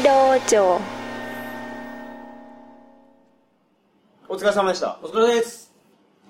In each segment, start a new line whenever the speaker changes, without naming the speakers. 長
お疲れ様でした
お疲れです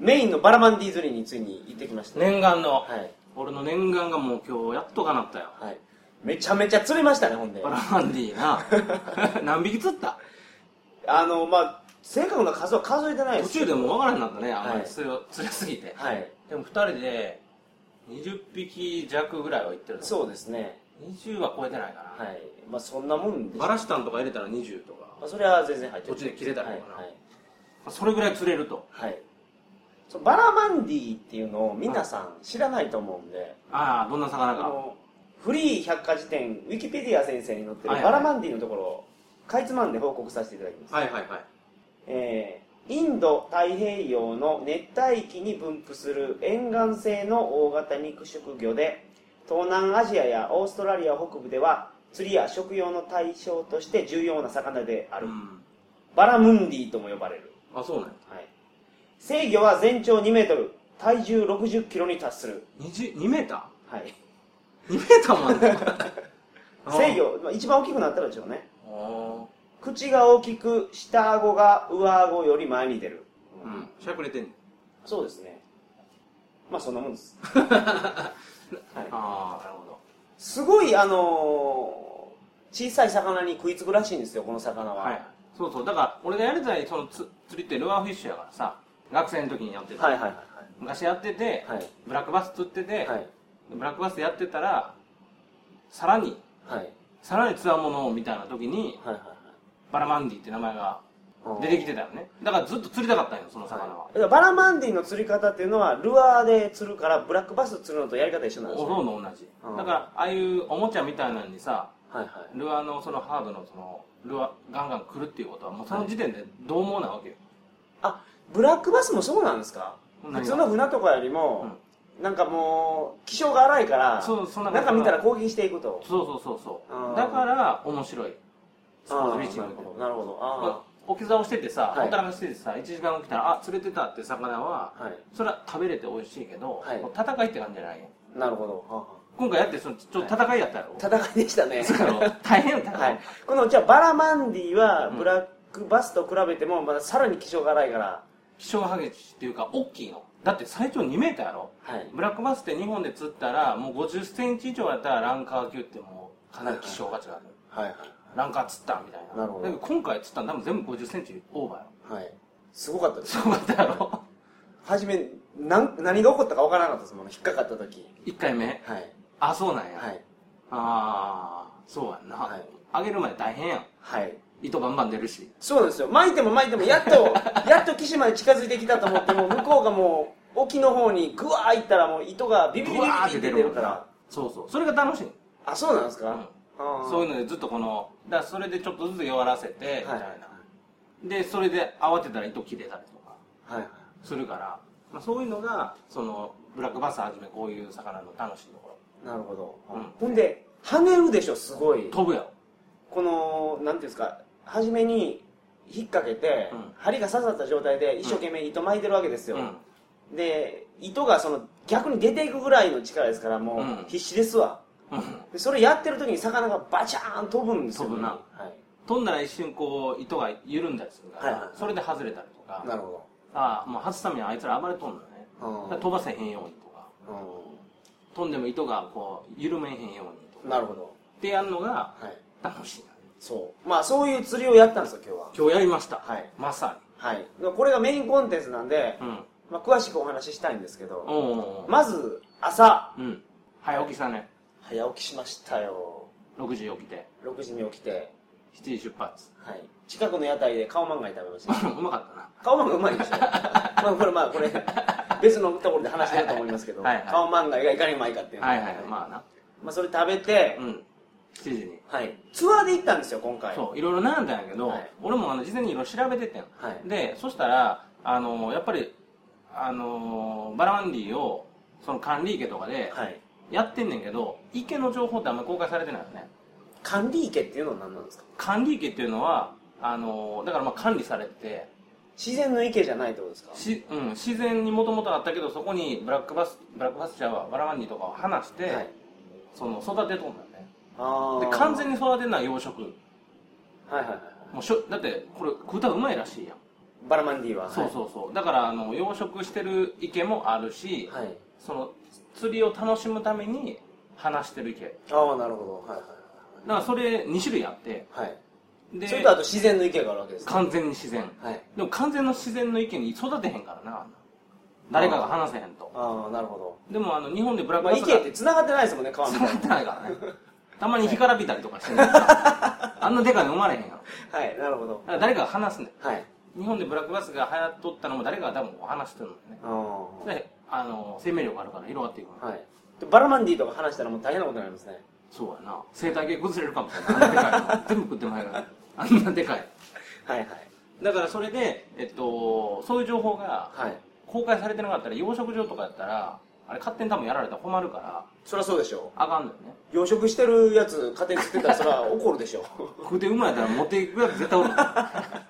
メインのバラマンディ釣りについに行ってきました、
念願の、
はい、
俺の念願がもう今日やっとかなったよ
はい、めちゃめちゃ釣れましたねほんで
バラマンディーな 何匹釣った
あのまあ正確な数は数えてないで
途
す
中でもう分からへんなったねあんま
は
り
い
釣れ釣れすぎて
はい
でも2人で20匹弱ぐらいは行ってる
そうですね
う20は超えてないかな、
はいまあそんなもんで
バラシタンとか入れたら20とか、
まあ、それは全然入って
途中で切れたのかな
はいはい
まあそれぐらい釣れると
はいそのバラマンディっていうのを皆さん知らないと思うんで
ああどんな魚
あ
か
のフリー百科事典ウィキペディア先生に載ってる
はい
バ
はい
ラマンディのところをかいつまんで報告させていただきます、
はいはいはい
えーインド太平洋の熱帯域に分布する沿岸性の大型肉食魚で東南アジアやオーストラリア北部では釣りや食用の対象として重要な魚であ
う
る、
ん
バラムンディとも呼ばれる
あそうなんや
はい、制御は全長2メートル体重60キロに達する、
20 2メータ
はい、
ー2メーターもあん の
制御、まあ、一番大きくなったらでしょうね
あー
口が大きく下顎が上顎より前に出る、
あーうんしゃくれてんね ん
そうですねまあそんなもんですはい
ああなるほど
すごいあのー小さい魚に食いつくらしいんですよこの魚は、
はい、そうそうだから俺がやりたいそのつ釣りってルアーフィッシュやからさ学生の時にやってた、
はいはいはい
昔やってて、
はい
ブラックバス釣ってて、
はい
ブラックバスやってたらさらに
はい
さらにつわものみたいな時に
はいはい
バラマンディって名前が
はい
出てきてたよねだからずっと釣りたかったんよその魚は、
はいだからバラマンディの釣り方っていうのはルアーで釣るからブラックバス釣るのとやり方一緒なんです
お
よ、
風呂の同じ、
うん
だからああいうおもちゃみたいなのにさ
はいはい
ルアーのそのハードのそのルアーガンガン来るっていうことはもうその時点でどう思うなわけよ、
あブラックバスもそうなんですか
何が
普通の船とかよりも、なんかもう気性が荒いから
そうそんなこと
中見たら攻撃していくと
そうそうそうそ
あー
うだから面白いスポーツビーチングって
あーなるほどなるほど
置き竿しててさ、
はい
ほったらかしててさ1時間起きたらあ釣れてたって魚は
あーはい
それは食べれて美味しいけど、
はい
もう戦いって感じじゃないよ
なるほどあ
今回やってそのちょっと戦いやったやろ、
ー戦いでしたね
大変やった
は
はい
このじゃあバラマンディはブラックバスと比べてもまださらに気性が荒いから
気象が激しいっていうか大きいのだって最長2メーターやろ
はい
ブラックバスって日本で釣ったらもう50センチ以上やったらランカー級ってもうかなり気象が違う、
はいはい
ランカー釣ったみたいな
なるほど
だけど今回釣ったの多分全部50センチオーバーやろ
はいすごかったです
そうだったやろ
初めなん何が起こったかわからなかったですもんね引っかかった時
1回目
はい
あそうなんや、
はい
ああそうやんな、
はい
上げるまで大変やん
はい
糸バンバン出るし
そうなんですよ巻いても巻いてもやっとやっと岸まで近づいてきたと思っても向こうがもう沖の方にグワー行ったらもう糸がビビビビビって出るから
そうそうそれが楽しい、
あそうなんですか、あー
そういうのでずっとこのだからそれでちょっとずつ弱らせてみたいな、
はい
でそれで慌てたら糸切れたりとか
はいはい
するから、まあ、そういうのがそのブラックバスはじめこういう魚の楽しいとこ
なるほど、
うん
ほんで跳ねるでしょすごい
ろ飛ぶやろ
このなんていうんですか初めに引っ掛けて、
うん
針が刺さった状態で一生懸命糸巻いてるわけですよ、で糸がその逆に出ていくぐらいの力ですからも
うん
う必死ですわ、
うんうん
でそれやってる時に魚がバチャーン飛ぶんですよ
飛ぶな
はい
飛んだら一瞬こう糸が緩んだりするから、
はいはい
それで外れたりとか
なるほ
ああもう外すためにあいつら暴れとんのね、
ど、うん
だから飛ばせへんようにとか
う
飛んでも糸がこう緩めへんようにとか
んなるほど
ってやるのが
はい
楽しいな
そうまあそういう釣りをやったんですよ今日は
今日やりました、
はい
まさ
はいこれがメインコンテンツなんで、
にうん
まあ、詳しくお話ししたいんですけど、
おうおうおう
まず朝
うん早起きしたね
早起きしましたよ
6時起きて
6時に起きて、
7時出発
はい、近くの屋台でカオマンガイ食べまし
う
た
まかったな
カオマンガイうまい でしょまあこれまあこれ別のところで話してると思いますけど
はいはい
カオマンガイがいかにうまいかっていうの
はいはいはい
ま
まあな
あ、それ食べて、
うん7時に、
はい、ツアーで行ったんですよ今回
そういろいろ悩んだんやけど、
はい
俺もあの事前にいろいろ調べててん、
はい
でそしたらあのやっぱりあのバラマンディをその管理池とかで
はい、
やってんねんけど池の情報ってあんまり公開されてないよね
管理池っていうのは何なんですか
管理池っていうのはあのだからまあ管理されてて
自然の池じゃないってことですか
し、うん、自然にもともとあったけどそこにブラックバスブラックバスチャーはバラマンディとかを離して、
はい
その育てとんだよね
あ
で
ー
完全に育てない養殖
はいはい
もうしょだってこれ食うたらうまいらしいやん、
バラマンディは
そうそうそうだからあの養殖してる池もあるし、
はい、はい、
その釣りを楽しむために放してる池だか
ああなるほどはい
らそれ2種類あって
はいはい
で
それとあと自然の池があるわけですね
完全に自然
はい
でも完全の自然の池に育てへんからな誰かが話せへんと
ああなるほ
でもあの日本でブラッ
ど、
ク
ま
バ
あ、
ス
池って繋がってないですもんね川みた
繋
い
がって
に
ないからねたまに干からびたりとかしてんねんからあんなでかいの生まれへんやろだか
はいなるほど
ら誰かが話すねん
はい
日本でブラックバスが流行っとったのも誰かが多分話してるのね
ああ
であの生命力あるから広がっていくの
はいでバラマンディとか話したらもう大変なことになりますね
そうやな生態系崩れるかもしれないあんなでかいの全 部食ってまいからあんなでかい
はいはい
だからそれで、えっと、そういう情報が
はい
公開されてなかったら養殖場とかやったらあれ勝手に多分やられたら困るから
そりゃそうでしょ
あかんのよね
う養殖してるやつ家庭作ってたらそり ゃ怒るでしょ
食うてうまいやったら持っていくやつ絶対おるだ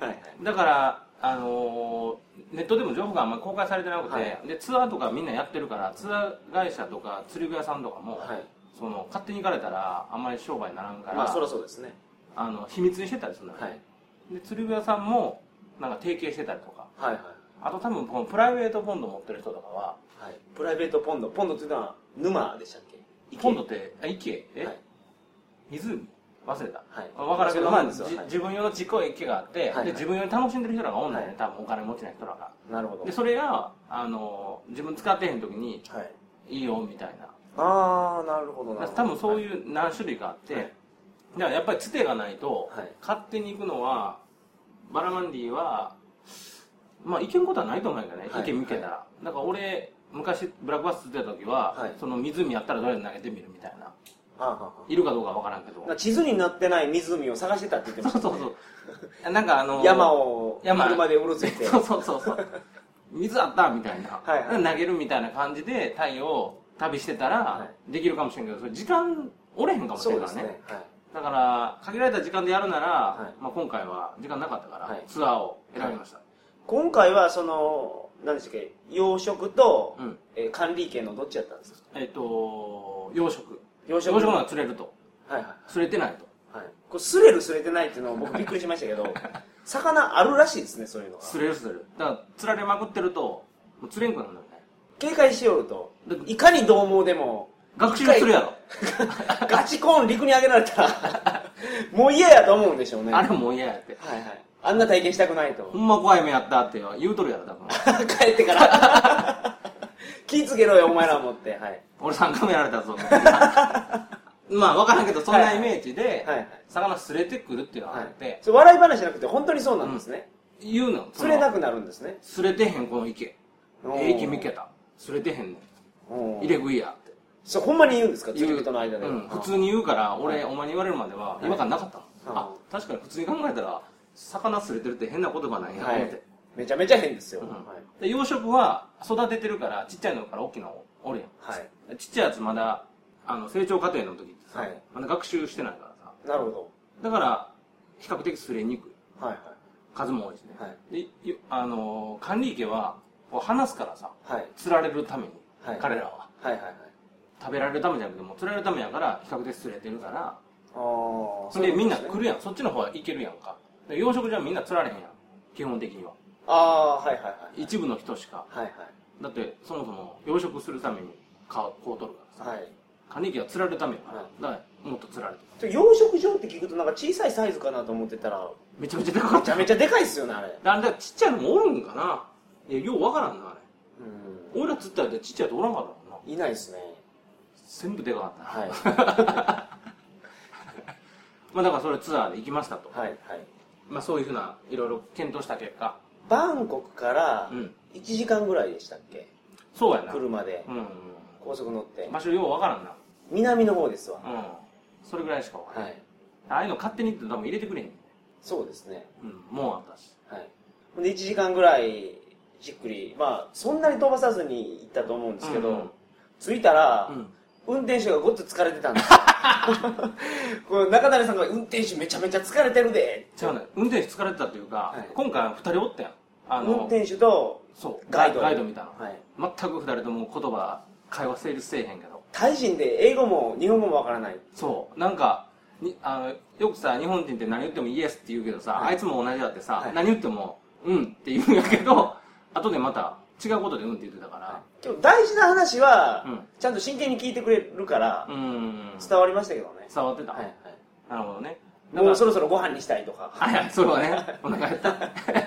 うはい
からあのーネットでも情報があんまり公開されてなくて、
はい
でツアーとかみんなやってるからツアー会社とか釣り具屋さんとかも、
はい
その勝手に行かれたらあんまり商売にならんから、
まあそりゃそうですね
あの秘密にしてたりするのよ、
はい
で釣り具屋さんもなんか提携してたりとか
はいはい
あと多分このプライベートポンド持ってる人とかは
はいプライベートポンドポンドっていうのは沼でしたっけ池
ポンドってあ池え、
はい
湖忘れた、
はい
分からんけど、
そうなんですよ
じ
はい
自分用のちっこい池があって、
はいはい
で自分用に楽しんでる人らがおんだよね、
はい
多分お金持ちな人らが
なるほど
でそれがあの自分使ってへん時に
はい
いいよみたいな
ああなるほどなるほど
多分そう
う
いう何種類かあって、
はい
だからやっぱりつてがないと、
はい
勝手に行くのはバラマンディはまあ行けることはないと思うんだよね、
はい
池見てたら、だから俺昔ブラックバス釣ってた時は、
はい
その湖やったらどれ投げてみるみたいな
あーはーはい
るかどうかわからんけど
ーなんか地図になってない湖を探してたって言ってま
そ
し
う
た
そ
ね
うそうなんかあの
山を
山
車でうろついて
そうそうそうそう水あったみたいな、
はいはい
投げるみたいな感じで太陽を旅してた
は
らできるかもしれんけどそれ時間おれへんかもしれんからね
はい
だから限られた時間でやるなら、
はい
まあ、今回は時間なかったから、
はい
ツアーを選びました、
今回はその何でしたっけ養殖と、
うん
えー管理系のどっちやったんですか
えっ、と養殖
養
養殖の方が釣れると
はいは
釣れてないと
いはいこれすれるすれてないっていうのを僕びっくりしましたけ ど魚あるらしいですねそういうのが
釣れる釣れるだから釣られまくってるともう釣れんくなるんだよね
警戒しよると
だ
いかに獰猛で も
学習するやろ、
ガチコーン陸に上げられた らもう嫌やと思うんでしょうね
あれもう嫌やって
はいはいあんな体験したくないと
ほんま怖い目やったって言うとるやろ多 分
帰ってから 気ぃつけろよお前らもってはい
俺3回目やられたぞみたいな まあ分からんけどそんなイメージで、
はいはい
魚すれてくるっていうのがあ
は
って、
いそれ笑い話じゃなくて本当にそうなんですね、
言うのそ
釣
の
れなくなるんですね
すれてへんこの池
おー
ええ池見っけたすれてへんね
うん
ん入れ食いやって
それほんまに言うんですか釣
言う
り人の間で、
うん、普通に言うから俺お前に言われるまでは違和感なかったの、
は
あ確かに普通に考えたら魚すれてるって変な言葉なんやと
は
思っ
い
て、
めちゃめちゃ変ですよ、
うん
はい
で養殖は育ててるからちっちゃいのから大きなのおるやん、
はい
ちっちゃいやつまだあの成長過程の時ってさ、
はい
まだ学習してないからさ
なるほ
だから比較的すれにくい
どはい
数も多いしね、
はい
でゆあのー管理池はこう離すからさ
はい
釣られるために、
はい
彼らは
はいはいはいはい
食べられるためじゃなくてもう釣られるためやから比較的釣れてるから
あーそう
で
いうことすね
みんな来るやんそっちの方は行けるやんかで養殖じゃみんな釣られへんやん基本的には
ああはいはいはい
一部の人しか
はい
だってそもそも養殖するために買うこう取るからさ
はいはい
カニキは釣られるためやから、
はい
だからもっと釣られてる
ちょ養殖場って聞くとなんか小さいサイズかなと思ってたら
めちゃめちゃでかか
め
っ
ちゃ
た
めちゃでかいっすよねあれ
あれだからちっちゃいのもおるんかないやようわからんなあれ
う
俺ら釣ったらちっちゃいやつおらんかったもんなん
いないですね
全部でかかったな
はい
まあだからそれツアーで行きましたと、
はいはい
まあそういうふうないろいろ検討した結果
バンコクから
うん
1時間ぐらいでしたっけ
そうやなうん
車で
うん
高速乗って
うん場所ようわからんな
南の方ですわ
うんそれぐらいしかわからん、
はい
ああいうの勝手にって多分入れてくれへん、
そうですね
うん、もうあったし
はいほんで1時間ぐらいじっくりまあそんなに飛ばさずに行ったと思うんですけど、
うんうん
着いたら、
うん
運転手がごっつ疲れてたん ですよこの中谷さんが運転手めちゃめちゃ疲れてるで
違うね運転手疲れてたというか、
はい
今回2人おったやんあ
運転手と
そう
ガイド
ガイドみたいな、
はい
全く2人とも言葉会話成立せえへんけど
タイ人で英語も日本語もわからない
そうなんかにあのよくさ日本人って何言ってもイエスって言うけどさ、
はい
あいつも同じだってさ、
はい
何言ってもうんって言うんやけ ど後でまた違うことでうんって言ってたから、
今日大事な話は、
うん
ちゃんと真剣に聞いてくれるから、
うーん
伝わりましたけどね。
伝わってた、
はいはい
なるほどね
も
だから
うそろそろご飯にしたいとか、
はいはいそれはねお腹減った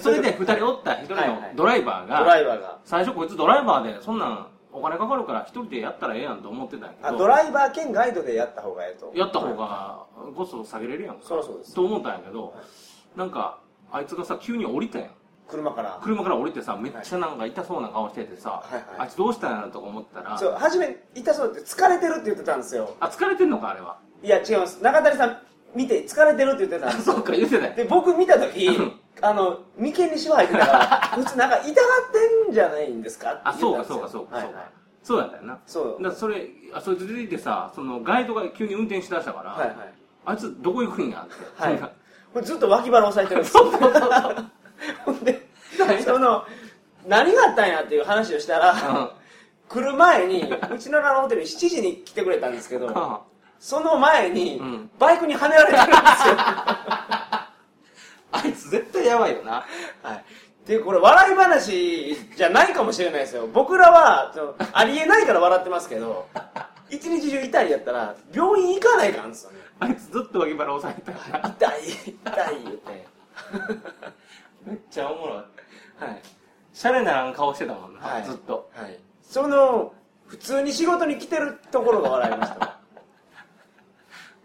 それで2人おった1人
はいは
の
い
ドライバーが、
ドライバーが。
最初こいつドライバーでそんなんお金かかるから1人でやったらええやんと思ってたんや
あ
けど
ドライバー兼ガイドでやった方がええと。
やった方がコスト下げれるやんか
そりゃそうです
と思ったんやけどなんかあいつがさ急に降りたやん
車から。
車から降りてさめっちゃなんか痛そうな顔しててさ、
はいはい
あいつどうしたんやろとか思ったら
そう、初め、痛そうって疲れてるって言ってたんですよ。
あ疲れてんのかあれは
いや、違います。中谷さん、見て、疲れてるって言ってたんです
そ
よ
う。か言ってたよ
で、僕見たと き
うん、
あの、眉間にシワ入ってたから、うちなんか痛がってんじゃないんですかって
あ
言
そ
っ
う
たん
か
です
そう
よ。
かそうか
はい
そう
はい
かそうだったよな
そう
だからそれあそれ続いてさそのガイドが急に運転しだしたから、
はいはい。
あいつどこ行くんやって、
はいこれずっと脇腹押さえてるんです
そう
よ。
そうそうそう
ほんで、その、何があったんやっていう話をしたら、来る前に、うちの名のホテル7時に来てくれたんですけ
う
ど、
んあ
その前に
うん、
バイクに跳ねられてるんですよ。
あいつ絶対やばいよな
はい。で、これ、笑い話じゃないかもしれないですよ。僕らは、そのありえないから笑ってますけ ど、一日中痛いやったら、病院行かないかんですよね。
あいつずっと脇腹押さえてたから
痛い、痛い言って。
めっちゃおもろい
はい。
シャレならん顔してたもんな、
はい
ずっと
はい。その、普通に仕事に来てるところが笑いました。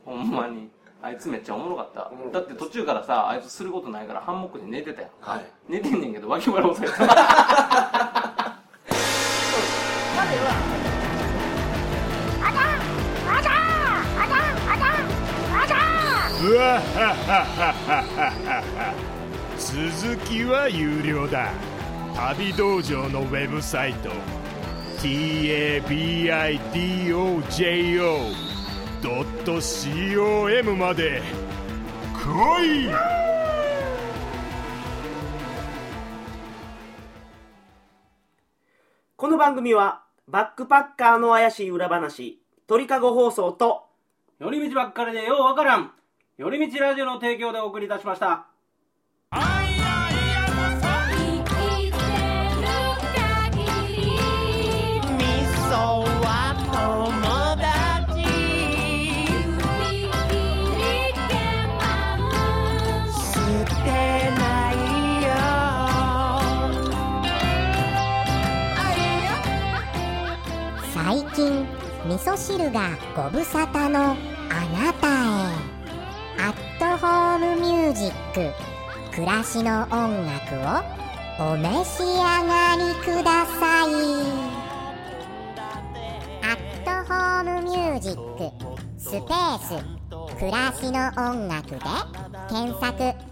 ほんまにあいつめっちゃおもろかった
おもろか
だ
っ
って途中からさあいつすることないからハンモックで寝てたよ、
はい
寝てんねんけど脇腹押さえてた
彼は
うわはははは続きは有料だ旅道場のウェブサイト tabidojo.com まで来い
この番組は、バックパッカーの怪しい裏話、鳥かご放送と、
寄り道ばっかりでようわからん寄り道ラジオの提供でお送りいたしました
味
「
噌は友達捨てないよ
最近味噌汁がご無沙汰のあなたへアットホームミュージック暮らしの音楽をお召し上がりくださいアットホームミュージックスペース暮らしの音楽で検索